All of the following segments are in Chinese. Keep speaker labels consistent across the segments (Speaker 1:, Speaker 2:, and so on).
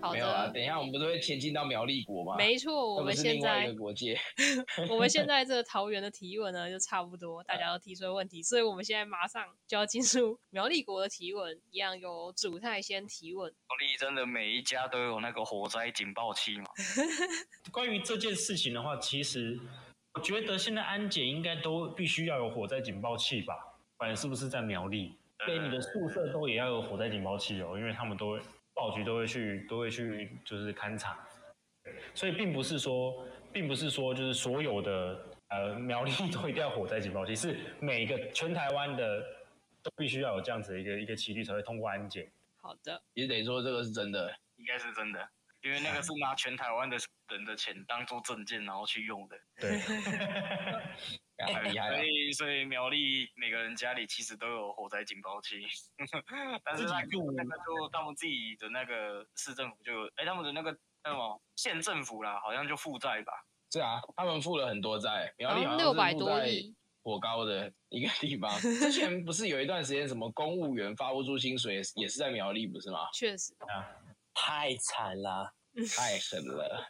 Speaker 1: 好
Speaker 2: 没有啊，
Speaker 1: 的，
Speaker 2: 等一下我们不是会前进到苗栗国吗？
Speaker 1: 没 错，
Speaker 2: 那
Speaker 1: 我
Speaker 2: 不
Speaker 1: 们
Speaker 2: 是
Speaker 1: 现
Speaker 2: 另外
Speaker 1: 在
Speaker 2: 一个国界。
Speaker 1: 我们现在这 个桃园的提问呢，就差不多，大家都提出了问题，所以我们现在马上就要进入苗栗国的提问，一样由主太先提问。
Speaker 3: 苗栗真的每一家都有那个火灾警报器嘛？
Speaker 4: 关于这件事情的话，其实我觉得现在安检应该都必须要有火灾警报器吧，不管是不是在苗栗，连你的宿舍都也要有火灾警报器哦，因为他们都会报局都会去都会去就是勘察，所以并不是说并不是说就是所有的呃苗栗都一定要火灾警报器，是每个全台湾的都必须要有这样子的一个一个骑率才会通过安检。
Speaker 1: 好的，
Speaker 2: 也得说这个是真的，
Speaker 3: 应该是真的，因为那个是拿全台湾的人的钱当做证件，然后去用的。
Speaker 4: 对，
Speaker 2: 太厉害
Speaker 3: 所
Speaker 2: 了。
Speaker 3: 以，所以苗栗每个人家里其实都有火灾警报器， 但是那
Speaker 4: 自己住
Speaker 3: 个那个就他们自己的那个市政府就有，哎、他们的那个那什么县政府啦，好像就负债吧。
Speaker 2: 是啊，他们付了很多债，苗
Speaker 1: 好
Speaker 2: 栗好
Speaker 1: 像
Speaker 2: 像是
Speaker 1: 六百
Speaker 2: 负
Speaker 1: 多
Speaker 2: 债
Speaker 1: 亿，
Speaker 2: 火高的一个地 方。之前不是有一段时间什么公务员发不出薪水，也是在苗栗，不是吗？
Speaker 1: 确实，
Speaker 5: 太惨了。
Speaker 2: 太狠了！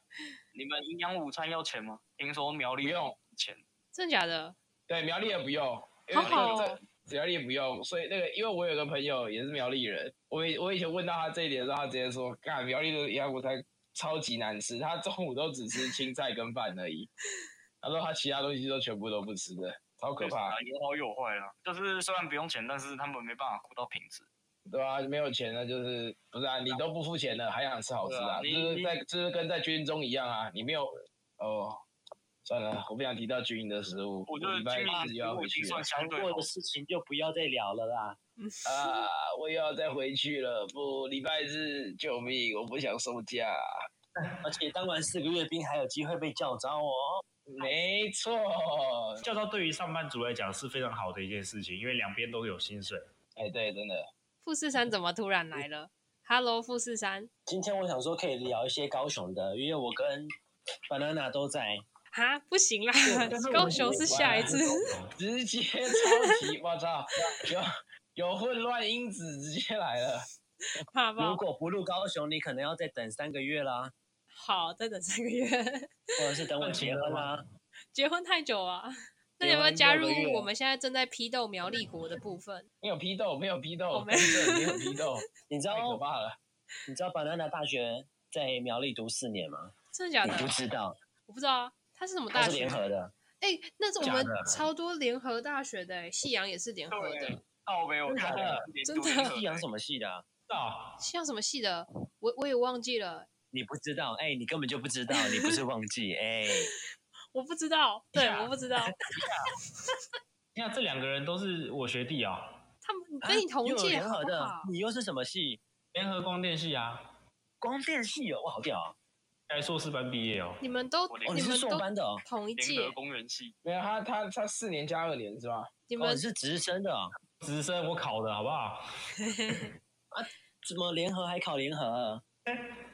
Speaker 3: 你们营养午餐要钱吗？听说苗栗
Speaker 2: 不用
Speaker 3: 钱，
Speaker 1: 真假的？
Speaker 2: 对，苗栗也不用，因
Speaker 1: 好
Speaker 2: 为
Speaker 1: 好
Speaker 2: 这
Speaker 1: 哦，
Speaker 2: 苗栗也不用，所以那个，因为我有个朋友也是苗栗人，我以我以前问到他这一点的时候，他直接说：“干，苗栗的羊骨餐超级难吃，他中午都只吃青菜跟饭而已。”他说他其他东西都全部都不吃的，超可怕，
Speaker 3: 对有好有坏啦。就是虽然不用钱，但是他们没办法顾到品质。
Speaker 2: 对吧、没有钱了就是不是啊？你都不付钱了，还想吃好吃啊？就
Speaker 3: 对啊
Speaker 2: 是
Speaker 3: 你
Speaker 2: 在就是跟在军营中一样啊，你没有哦，算了，我不想提到军营的食物，
Speaker 3: 我觉
Speaker 2: 我
Speaker 3: 得
Speaker 2: 礼拜
Speaker 3: 居民
Speaker 2: 一就要
Speaker 3: 服务
Speaker 2: 回
Speaker 3: 已
Speaker 2: 去
Speaker 3: 经
Speaker 2: 了
Speaker 3: 算相对好
Speaker 5: 过的事情就不要再聊了啦。
Speaker 2: 啊！我又要再回去了，不，礼拜日，救命！我不想收假。
Speaker 5: 而且当完四个月兵还有机会被叫招哦。
Speaker 2: 没错，
Speaker 4: 教招对于上班族来讲是非常好的一件事情，因为两边都有薪水。
Speaker 2: 哎，对，真的，
Speaker 1: 富士山怎么突然来 了？Hello，富士山
Speaker 5: 今天我想说可以聊一些高雄的，因为我跟 banana 都在。
Speaker 1: 哈，不行啦，
Speaker 4: 是我
Speaker 1: 高雄是下一次。
Speaker 2: 直接超级， 我操，有有混乱因子直接来了，啊
Speaker 1: 怕
Speaker 5: 如
Speaker 1: 爆。
Speaker 5: 果不入高雄，你可能要再等三个月啦，
Speaker 1: 好，再等三个月，
Speaker 5: 或者是等我结婚啦。
Speaker 1: 结婚太久 啊。那你
Speaker 2: 结
Speaker 1: 要不要
Speaker 2: 婚
Speaker 1: 加
Speaker 2: 六
Speaker 1: 入
Speaker 2: 个月
Speaker 1: 我们现在正在批斗苗栗国的部分？
Speaker 2: 没有批斗，没有批
Speaker 1: 我
Speaker 2: 斗，
Speaker 1: 没
Speaker 2: 真的没有批斗，
Speaker 5: 你知
Speaker 2: 太可
Speaker 5: 道
Speaker 2: 怕了。
Speaker 5: 你知道 banana 大学在苗栗读四年吗？
Speaker 1: 真的假
Speaker 5: 你
Speaker 1: 的？
Speaker 5: 不知道，
Speaker 1: 我不知道啊，它是什么
Speaker 5: 它
Speaker 1: 大
Speaker 5: 是
Speaker 1: 学
Speaker 5: 联？合 的。
Speaker 1: 哎、那是我们
Speaker 4: 假的
Speaker 1: 超多联合大学的、欸，夕阳也是联合的
Speaker 3: 对，靠北，我看了，
Speaker 1: 真的
Speaker 3: 连读
Speaker 5: 是
Speaker 3: 一个
Speaker 5: 养什么系的啊、
Speaker 4: 啊，
Speaker 1: 夕阳什么系的？我我也忘记了，
Speaker 5: 你不知道？哎、你根本就不知道，你不是忘记？哎、
Speaker 1: 我不知道，对，
Speaker 4: 呀
Speaker 1: 我不知道，
Speaker 4: 你看这两个人都是我学弟啊、
Speaker 1: 他们 跟你同
Speaker 5: 啊又有
Speaker 1: 届
Speaker 5: 联
Speaker 1: 好
Speaker 5: 合
Speaker 1: 不
Speaker 5: 的
Speaker 1: 好，？
Speaker 5: 你又是什么系？
Speaker 4: 联合光电系啊，
Speaker 5: 光电系哦，哇，好屌哦！
Speaker 4: 在硕士班毕业哦。
Speaker 1: 你们都
Speaker 3: 我
Speaker 5: 哦，
Speaker 3: 联
Speaker 1: 你
Speaker 5: 你是
Speaker 1: 们
Speaker 5: 硕
Speaker 1: 都
Speaker 5: 班的哦，
Speaker 1: 同一
Speaker 3: 联合
Speaker 1: 届，
Speaker 3: 工人系，
Speaker 2: 没有他，他他四年加二年是吧？
Speaker 1: 你
Speaker 5: 哦，
Speaker 1: 们
Speaker 5: 你是直升的哦，
Speaker 4: 直升我考的好不好？
Speaker 5: 怎么联合还考联合？啊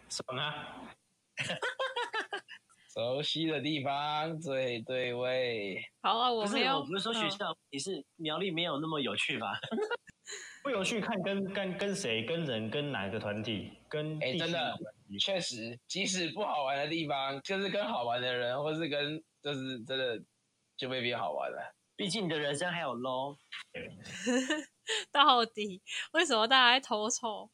Speaker 4: 爽啊！
Speaker 2: 熟悉的地方最对味，
Speaker 1: 好啊，我
Speaker 5: 不是
Speaker 1: 们，要
Speaker 5: 我不是说
Speaker 2: 嗯
Speaker 5: 学校，你是苗栗没有那么有趣吧？
Speaker 4: 不有去看跟跟跟谁、跟人、跟哪个团体、跟
Speaker 2: 哎
Speaker 4: 地区
Speaker 2: 真的
Speaker 4: 有关系
Speaker 2: 确实，即使不好玩的地方，就是跟好玩的人，或是跟就是真的就未必好玩了。
Speaker 5: 毕竟你的人生还有 low。
Speaker 1: 嗯到底为什么大家在偷臭？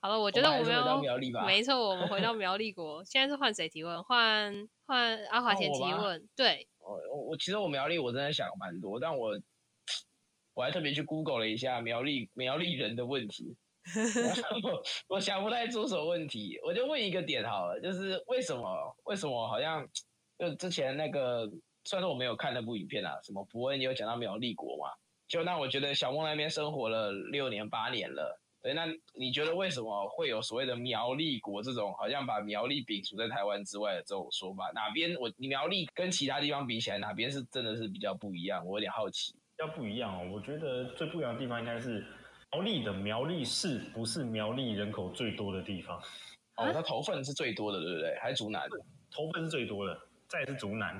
Speaker 1: 好了，我觉得我
Speaker 2: 还是
Speaker 1: 们
Speaker 2: 回到
Speaker 1: 要
Speaker 2: 苗栗吧，
Speaker 1: 没错，我们 回到苗栗国，现在是换谁提问？换换阿华田
Speaker 2: 换
Speaker 1: 提
Speaker 2: 我吧
Speaker 1: 问，对，
Speaker 2: 我哦我我其实我苗栗我真的想蛮多，但我我还特别去 Google 了一下苗栗苗栗人的问题，然后我想不太出什么问题，我就问一个点好了，就是为什么为什么好像就之前那个虽然说我没有看那部影片啊，什么伯恩也有讲到苗栗国嘛，就那我觉得小梦那边生活了六年八年了。对，那你觉得为什么会有所谓的苗栗国这种好像把苗栗摒除在台湾之外的这种说法？哪边我你苗栗跟其他地方比起来，哪边是真的是比较不一样？我有点好奇。
Speaker 4: 比较不一样哦。我觉得最不一样的地方应该是苗栗的苗栗市，不是苗栗人口最多的地方，
Speaker 2: 哦，他头份是最多的，对不对？还是竹南？
Speaker 4: 头份是最多的，再是竹南，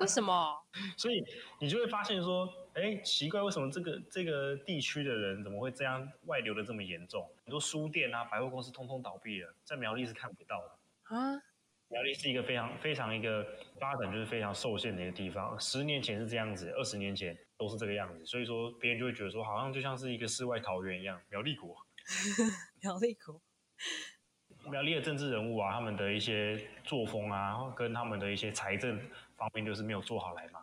Speaker 1: 为什么？
Speaker 4: 所以你就会发现说，哎，奇怪，为什么这个这个地区的人怎么会这样外流的这么严重？很多书店啊、百货公司通通倒闭了，在苗栗是看不到的。
Speaker 1: 啊，
Speaker 4: 苗栗是一个非常非常一个发展就是非常受限的一个地方。十年前是这样子，二十年前都是这个样子，所以说别人就会觉得说，好像就像是一个世外桃源一样。苗栗国，
Speaker 1: 苗栗国
Speaker 4: 苗栗的政治人物啊，他们的一些作风啊，跟他们的一些财政方面就是没有做好来嘛。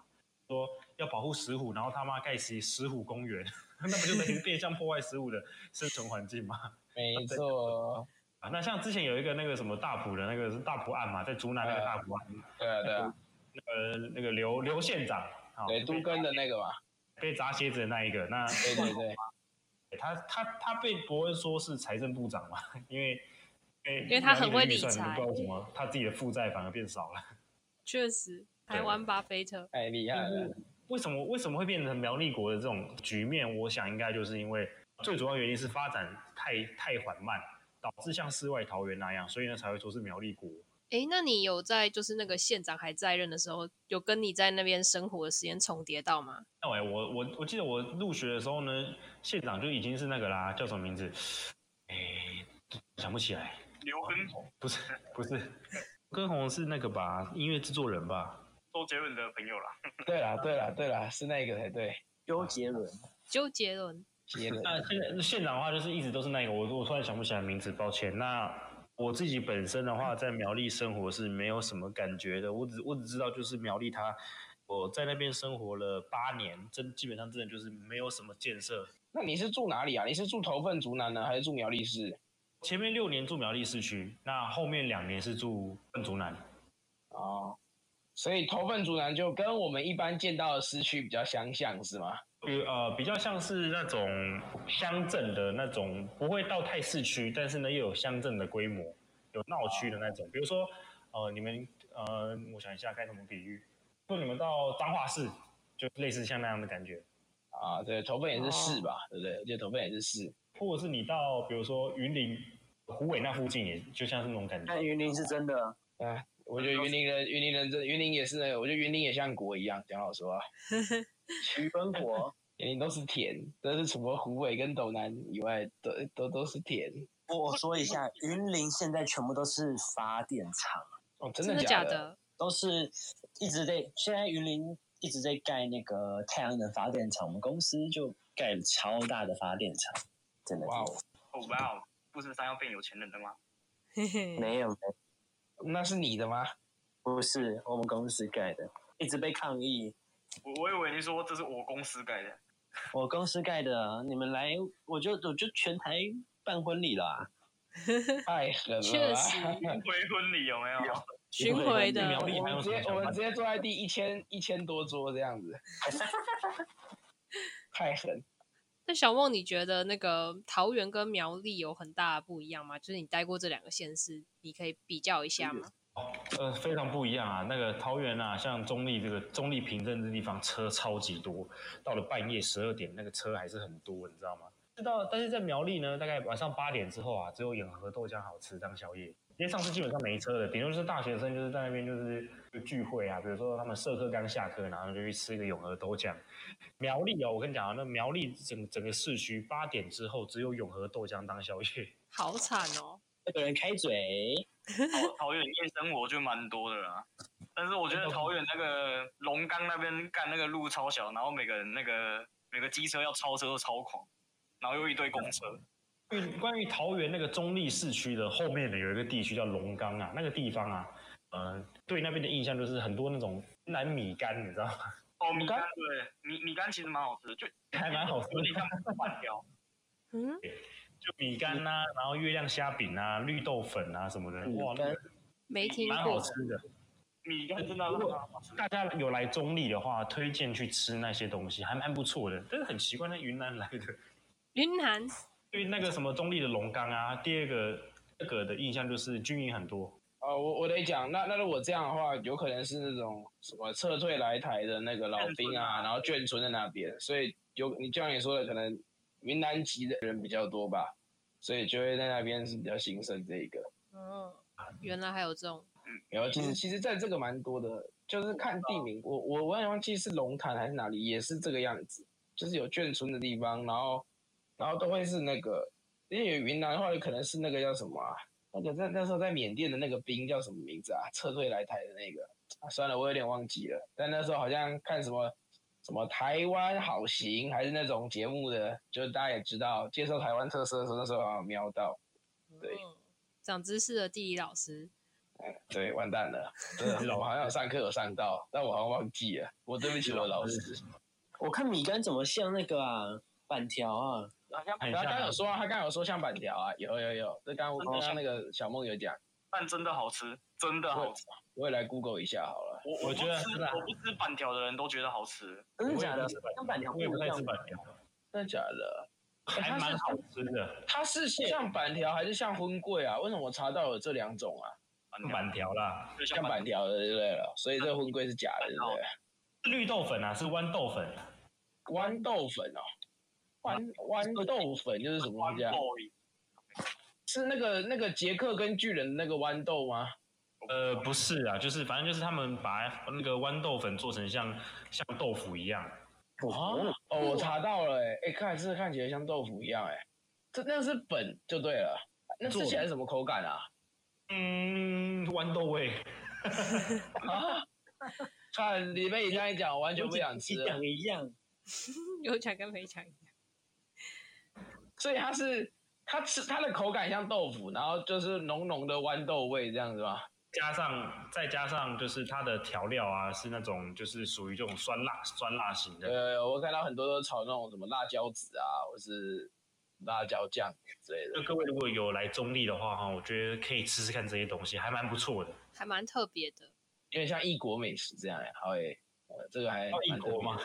Speaker 4: 说要保护石虎，然后他妈盖起石虎公园， 那不就等于变相破坏石虎的生存环境吗？
Speaker 2: 没错，
Speaker 4: 啊，那像之前有一个那个什么大埔的那个是大埔案嘛，在竹南那个大埔案，
Speaker 2: 对啊对啊，
Speaker 4: 呃，那个刘刘县长，啊
Speaker 2: 对都
Speaker 4: 被
Speaker 2: 跟的那个嘛，
Speaker 4: 被砸鞋子的那一个，那
Speaker 2: 对 对 对，
Speaker 4: 他他他被伯恩说是财政部长嘛，因为因为
Speaker 1: 因为他很会理
Speaker 4: 苗栗的预算
Speaker 1: 财
Speaker 4: 不知道为什么他自己的负债反而变少了。
Speaker 1: 确实，台
Speaker 4: 对啊
Speaker 1: 湾巴菲特
Speaker 2: 太哎厉害了，
Speaker 4: 为什么为什么会变成苗栗国的这种局面？我想应该就是因为最主要原因是发展太太缓慢，导致像世外桃源那样，所以呢才会说是苗栗国。
Speaker 1: 诶，那你有在就是那个县长还在任的时候，有跟你在那边生活的时间重叠到吗？
Speaker 4: 那我我我我记得我入学的时候呢，县长就已经是那个啦，叫什么名字？哎，想不起来。
Speaker 3: 刘根
Speaker 4: 不是不是，歌红是那个吧，音乐制作人吧？
Speaker 3: 周杰伦的朋友啦，
Speaker 2: 对啦对啦对啦，是那个才对，
Speaker 5: 周杰伦，
Speaker 1: 周杰伦，
Speaker 2: 邪的，
Speaker 4: 那现在县长的话就是一直都是那个，我我突然想不起来名字，抱歉。那我自己本身的话，在苗栗生活是没有什么感觉的，我只我只知道就是苗栗它，我在那边生活了八年，真基本上真的就是没有什么建设。
Speaker 2: 那你是住哪里啊？你是住头份竹南呢，还是住苗栗市？
Speaker 4: 前面六年住苗栗市区，那后面两年是住笨竹南。
Speaker 2: 哦，所以头份竹南就跟我们一般见到的市区比较相像，是吗？
Speaker 4: 比呃比较像是那种乡镇的那种，不会到太市区，但是呢又有乡镇的规模，有闹区的那种。比如说呃你们呃，我想一下该怎么比喻，就你们到彰化市，就类似像那样的感觉，
Speaker 2: 啊，对，头份也是
Speaker 1: 哦
Speaker 2: 市吧，对不对？我记得头份也是市，
Speaker 4: 或者是你到比如说云林、湖尾那附近，也就像是那种感觉。
Speaker 5: 但云林是真的，
Speaker 2: 啊，我觉得云林人，云林人真，云林也是那个，我觉得云林也像国一样，讲老实话，
Speaker 5: 徐分国，
Speaker 2: 云林都是田，但是除了湖北跟斗南以外，都都都是田。
Speaker 5: 我说一下，云林现在全部都是发电厂，
Speaker 2: 哦，真
Speaker 1: 真
Speaker 2: 的
Speaker 1: 的
Speaker 2: 假
Speaker 1: 假？的？
Speaker 5: 都是一直在，现在云林一直在盖那个太阳能发电厂，我们公司就盖了超大的发电厂，真的，
Speaker 2: 哇哦，
Speaker 3: 哦哇哦，富士山要变有钱人了吗？
Speaker 1: 嘿嘿，
Speaker 4: 嗯
Speaker 5: 没有没有
Speaker 2: 那是你的吗？
Speaker 5: 不是我们公司盖的，一直被抗议。
Speaker 3: 我我以为你说这是我公司盖的，
Speaker 5: 我公司盖的，你们来，我就我就全台办婚礼啦。
Speaker 2: 太狠了吧！
Speaker 1: 确 实
Speaker 3: 回婚礼有没有？
Speaker 1: 巡回的
Speaker 4: 苗栗
Speaker 2: 我
Speaker 4: 还
Speaker 2: 们
Speaker 4: 有
Speaker 2: 直
Speaker 4: 什么
Speaker 2: 接
Speaker 4: 想
Speaker 2: 我们
Speaker 4: 法
Speaker 2: 直？接坐在第一千一千多桌这样 子，太狠！
Speaker 1: 那小梦，你觉得那个桃园跟苗栗有很大的不一样吗？就是你待过这两个县市，你可以比较一下吗？
Speaker 4: 呃，非常不一样啊！那个桃园啊，像中立这个中立平镇这地方，车超级多，到了半夜十二点，那个车还是很多，你知道吗？知道，但是在苗栗呢，大概晚上八点之后啊，只有永和豆浆好吃当宵夜，街上是基本上没车的，顶多就是大学生就是在那边就是就聚会啊，比如说他们社课刚下课，然后就去吃一个永和豆浆。苗栗哦，我跟你讲啊，那苗栗整整个市区八点之后只有永和豆浆当宵夜。
Speaker 1: 好惨哦！
Speaker 5: 那个人开嘴，
Speaker 3: 桃桃园夜生活就蛮多的啦。但是我觉得桃园那个龙岗那边干那个路超小，然后每个人那个每个机车要超车都超狂，然后又一堆公车，
Speaker 4: 关于关于桃园那个中立市区的后面呢，有一个地区叫龙岗啊，那个地方啊，呃，对那边的印象就是很多那种南米干，你知道吗？
Speaker 3: 哦，米干对米米干其实蛮好吃的，就
Speaker 4: 还蛮好吃
Speaker 3: 有点
Speaker 4: 的，
Speaker 3: 像饭条。
Speaker 1: 嗯，
Speaker 4: 就米干呐、然后月亮虾饼啊、绿豆粉啊什么的，
Speaker 5: 嗯
Speaker 4: 哇，那个
Speaker 1: 没听
Speaker 4: 蛮好
Speaker 1: 过
Speaker 4: 吃的。
Speaker 3: 米干真的很好吃，
Speaker 4: 大家有来中立的话，推荐去吃那些东西，还蛮不错的。但是很奇怪，那云南来的
Speaker 1: 云南
Speaker 4: 对那个什么中立的龙岗啊，第二个第二个的印象就是均匀很多。
Speaker 2: 哦，我我得讲，那那如果这样的话，有可能是那种什么撤退来台的那个老兵啊，然后眷村在那边，所以有你就像你说的，可能云南籍的人比较多吧，所以就会在那边是比较兴盛这一个。
Speaker 1: 嗯哦，原来还有这种
Speaker 2: 然后其实
Speaker 5: 嗯
Speaker 2: 其实在这个蛮多的，就是看地名，我我我也忘记是龙潭还是哪里，也是这个样子，就是有眷村的地方，然后然后都会是那个，因为云南的话可能是那个叫什么啊、那个在那时候在缅甸的那个兵叫什么名字啊？撤退来台的那个啊，算了，我有点忘记了。但那时候好像看什么什么台湾好行还是那种节目的，就是大家也知道介绍台湾特色的时候，那时候好像瞄到，对
Speaker 1: 嗯，长知识的地理老 师，
Speaker 2: 对，完蛋了，真的是我好像有上课有上到，但我好像忘记了，我对不起我的老师。
Speaker 5: 我看米干怎么像那个啊，板条啊，
Speaker 3: 好像
Speaker 4: 很
Speaker 2: 然后刚刚
Speaker 4: 像
Speaker 2: 有说啊，他刚刚有说像板条啊，有有有，这刚刚
Speaker 3: 哦
Speaker 2: 刚刚那个小梦有讲，
Speaker 3: 但真的好吃，真的好吃。
Speaker 2: 我也来 Google 一下好了。
Speaker 3: 我
Speaker 4: 我
Speaker 3: 不
Speaker 4: 觉得
Speaker 3: 吃
Speaker 4: 是啊
Speaker 3: 我不吃板条的人都觉得好吃，
Speaker 5: 真的
Speaker 4: 我也
Speaker 5: 假
Speaker 4: 不太
Speaker 5: 的
Speaker 4: 吃板？
Speaker 5: 跟板条
Speaker 4: 我也不
Speaker 5: 一
Speaker 4: 太吃
Speaker 5: 样。
Speaker 4: 板条，
Speaker 2: 真的假的？哎
Speaker 4: 还
Speaker 2: 它
Speaker 4: 蛮
Speaker 2: 是
Speaker 4: 好吃的
Speaker 2: 它是像板条还是像荤桂啊？为什么我查到有这两种啊？
Speaker 3: 板条
Speaker 4: 板条啦，
Speaker 3: 就
Speaker 2: 像
Speaker 3: 像
Speaker 2: 板条的对不对了？所以这荤桂是假的对不对？
Speaker 4: 绿豆粉啊，是豌豆粉，
Speaker 2: 豌豆粉哦，豌豌豆粉就是什么东西啊？
Speaker 3: boy，
Speaker 2: 是那个那个杰克跟巨人的那个豌豆吗？
Speaker 4: 呃，不是啊，就是反正就是他们把那个豌豆粉做成像像豆腐一样，
Speaker 2: 哦，哦，我查到了、欸，哎、看是看起来像豆腐一样、欸，哎，这那是本就对了，那吃起来是什么口感啊？
Speaker 4: 嗯，豌豆味，
Speaker 2: 啊，看你被你这样一讲，我完全不想吃了。
Speaker 5: 讲一样，
Speaker 1: 有讲跟没讲一样。
Speaker 2: 所以它是它吃它的口感像豆腐，然后就是浓浓的豌豆味这样子吧。
Speaker 4: 加上再加上就是它的调料啊，是那种就是属于这种酸辣酸辣型的，
Speaker 2: 呃，我看到很多都炒那种什么辣椒籽啊，或是辣椒酱之类
Speaker 4: 就
Speaker 2: 的。
Speaker 4: 各位如果有来中立的话哈，我觉得可以吃吃看这些东西，还蛮不错的。
Speaker 1: 还蛮特别的。
Speaker 2: 有点像异国美食这样、欸。好诶、呃，这个还
Speaker 4: 到异
Speaker 2: 蛮特别
Speaker 4: 国嘛，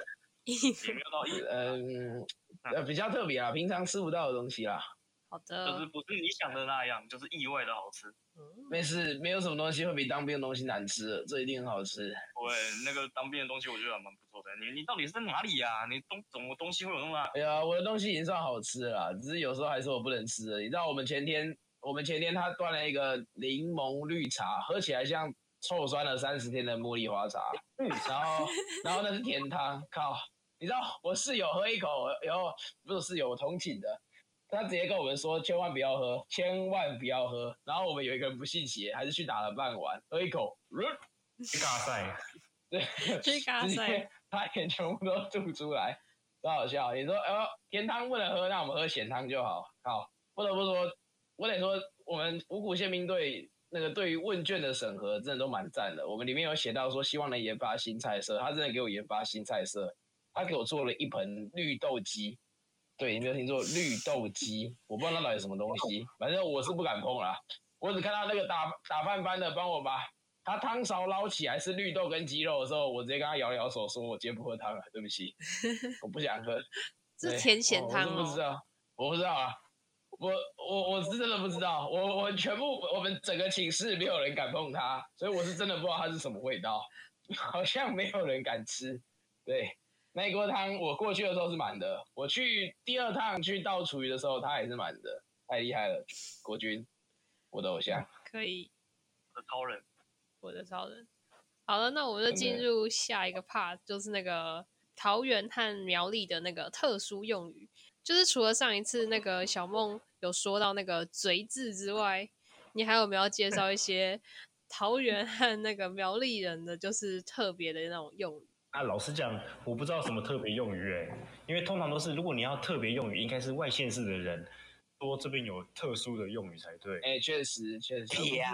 Speaker 3: 也没有 到一，
Speaker 2: 嗯，呃，比较特别啊，平常吃不到的东西啦。
Speaker 1: 好
Speaker 3: 就是
Speaker 1: 的，
Speaker 3: 不是你想的那样，就是意外的好吃。
Speaker 1: 嗯，
Speaker 2: 没事，没有什么东西会比当兵的东西难吃的，这一定很好吃。
Speaker 3: 对，那个当兵的东西我觉得还蛮不错的。你你到底是在哪里呀、你东怎么东西会有那么
Speaker 2: 哎呀，我的东西已经算好吃了啦，只是有时候还是我不能吃的。你知道我们前天，我们前天他端了一个柠檬绿茶，喝起来像臭酸了三十天的茉莉花茶，然后然后那是甜汤，靠！你知道我室友喝一口，然后不是室友，我同寝的。他直接跟我们说，千万不要喝，千万不要喝。然后我们有一个人不信邪，还是去打了半碗，喝一口，嗯
Speaker 4: 尬赛。
Speaker 2: 对，
Speaker 1: 去嘎
Speaker 2: 直
Speaker 1: 塞
Speaker 2: 接，把眼全部都吐出来，超好笑。你说，呃，甜汤不能喝，那我们喝咸汤就好。好，不得不说，我得说，我们五谷宪兵队那个对于问卷的审核真的都蛮赞的。我们里面有写到说，希望能研发新菜色，他真的给我研发新菜色，他给我做了一盆绿豆鸡。对，你没有听错，绿豆鸡，我不知道那到底什么东西，反正我是不敢碰啦。我只看到那个打打饭班的帮我把他汤勺捞起来是绿豆跟鸡肉的时候，我直接跟他摇了摇手，说我今天不喝汤了，对不起， 我不想喝。
Speaker 1: 是
Speaker 2: 对
Speaker 1: 甜咸
Speaker 2: 我
Speaker 1: 汤
Speaker 2: 我是不知
Speaker 1: 哦。
Speaker 2: 道，我不知道啊，我我我是真的不知道，我我全部我们整个寝室没有人敢碰它，所以我是真的不知道它是什么味道， 好像没有人敢吃。对，那一锅汤我过去的时候是满的，我去第二趟去倒厨余的时候它也是满的，太厉害了，国军，我的偶像。
Speaker 1: 哦可以，
Speaker 3: 的超人？
Speaker 1: 我的超人。好了，那我们就进入下一个 part，就是那个桃园和苗栗的那个特殊用语。就是除了上一次那个小梦有说到那个“嘴”字之外，你还有没有介绍一些桃园和那个苗栗人的就是特别的那种用语？
Speaker 4: 啊，老实讲，我不知道什么特别用语哎、因为通常都是如果你要特别用语，应该是外县市的人说这边有特殊的用语才对。
Speaker 2: 哎、确实确实。
Speaker 5: 屁呀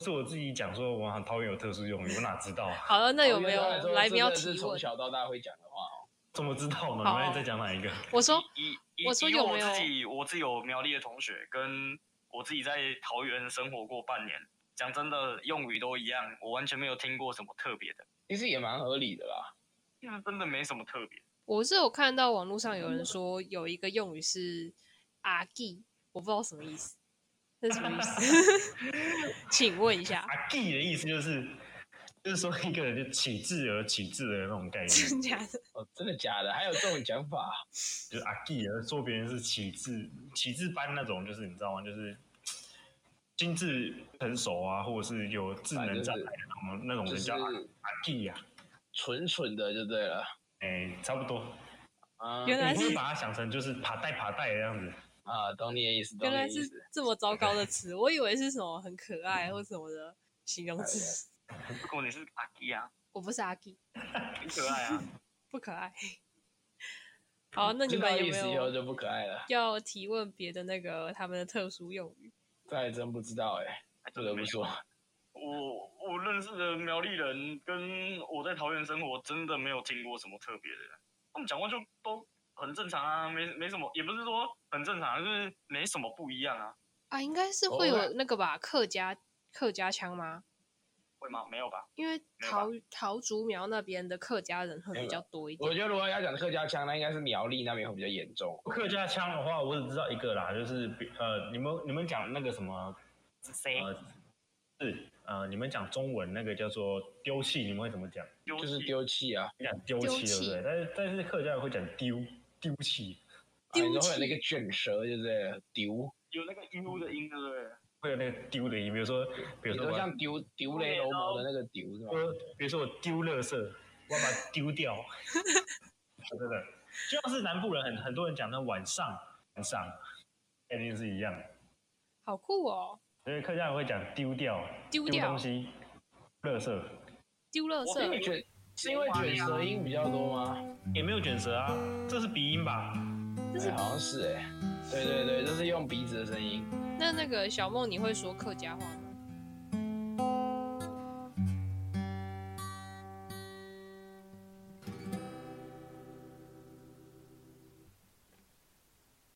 Speaker 4: 是我自己讲说，我好像桃园有特殊用语，我哪知道啊？
Speaker 1: 好了，那有
Speaker 2: 桃园
Speaker 1: 没有
Speaker 2: 对我来说
Speaker 1: 来
Speaker 2: 真
Speaker 1: 宾要
Speaker 2: 的
Speaker 1: 提
Speaker 2: 是从
Speaker 1: 问？
Speaker 2: 小到大会讲的话哦。
Speaker 4: 怎么知道呢？
Speaker 1: 好
Speaker 4: 你们在讲哪一个？
Speaker 1: 我说
Speaker 3: 以以
Speaker 1: 我说有没有
Speaker 3: 以我自己我自己有苗栗的同学，跟我自己在桃园生活过半年，讲真的，用语都一样，我完全没有听过什么特别的，
Speaker 2: 其实也蛮合理的啦。
Speaker 3: 因为真的没什么特别。
Speaker 1: 我是有看到网络上有
Speaker 2: 嗯
Speaker 1: 人说有一个用语是“阿 G”，我不知道什么意思，那是什么意思？ 请问一下，
Speaker 4: 阿 G 的意思就是，就是说一个人就起智而起智的那种概念，
Speaker 1: 真假的？
Speaker 2: 哦，真的假的？还有这种讲法？
Speaker 4: 就是阿 G 而说别人是起智起智班那种，就是你知道吗？就是心智成熟啊，或者是有智能障碍的那种那种
Speaker 2: 就
Speaker 4: 人
Speaker 2: 是
Speaker 4: 叫安屁呀，
Speaker 2: 蠢蠢的就对了。
Speaker 4: 哎，差不多。
Speaker 2: 啊
Speaker 1: 原来
Speaker 4: 你不会
Speaker 1: 是
Speaker 4: 把它想成就是爬带爬带的样子，
Speaker 2: 啊，懂你的意思，
Speaker 1: 原
Speaker 2: 懂你的
Speaker 1: 来
Speaker 2: 意
Speaker 1: 是
Speaker 2: 思。
Speaker 1: 这么糟糕的词，我以为是什么很可爱或什么的形
Speaker 2: 哎
Speaker 1: 容词。
Speaker 3: 如果你是阿基啊，
Speaker 1: 我不是阿 K，
Speaker 3: 很可爱啊。
Speaker 1: 不可爱。好，那你
Speaker 2: 知道
Speaker 1: 们有没
Speaker 2: 意思以后
Speaker 1: 有
Speaker 2: 就不可爱了，
Speaker 1: 要提问别的那个他们的特殊用语？
Speaker 2: 这还真不知道哎、不得不说，
Speaker 3: 我我认识的苗栗人跟我在桃园生活，真的没有听过什么特别的。他们讲话就都很正常啊，没没什么，也不是说很正常，啊就是没什么不一样啊，
Speaker 1: 啊，应该是
Speaker 2: 哦
Speaker 1: 会
Speaker 2: 那
Speaker 1: 有那个吧，客家客家腔吗？
Speaker 3: 会吗？没有吧？
Speaker 1: 因为
Speaker 3: 没有
Speaker 1: 桃桃竹苗那边的客家人会比较多一
Speaker 2: 我
Speaker 1: 点。
Speaker 2: 觉得如果要讲客家腔，那应该是苗栗那边会比较严重。
Speaker 4: 客家腔的话，我只知道一个啦，就是比呃，你们你们讲那个什么
Speaker 3: 谁
Speaker 4: 呃，是呃，你们讲中文那个叫做丢弃，你们会怎么讲？
Speaker 3: 丢
Speaker 2: 就是
Speaker 3: 弃
Speaker 2: 丢弃啊，
Speaker 4: 讲丢
Speaker 1: 丢
Speaker 4: 弃对不
Speaker 1: 弃
Speaker 4: 对？但是但是客家人会讲丢丢弃，
Speaker 2: 啊你
Speaker 1: 丢
Speaker 2: 都会有那
Speaker 1: 弃
Speaker 2: 个卷舌，就是丢，
Speaker 3: 有那个 U 的音，对不对？
Speaker 4: 会有那个丢的音，比如说比
Speaker 2: 比如
Speaker 4: 如说
Speaker 2: 说
Speaker 4: 我
Speaker 2: 像丢丢雷楼摩的那个丢是吧？
Speaker 4: 我比如说我丢垃圾，我要把它丢掉， 真的，就像是南部人很很多人讲的晚上晚上概念是一样的，
Speaker 1: 好酷哦，
Speaker 4: 所以客家人会讲丢掉
Speaker 1: 丢
Speaker 4: 东
Speaker 1: 掉
Speaker 4: 西，垃圾
Speaker 1: 丢垃
Speaker 2: 是因为
Speaker 1: 圾，
Speaker 2: 卷是因为卷舌音比较多吗？
Speaker 4: 也没有卷舌啊，这是鼻音吧？
Speaker 1: 这是
Speaker 2: 哎好像是哎、对对对，就是用鼻子的声音。
Speaker 1: 那那个小梦，你会说客家话吗？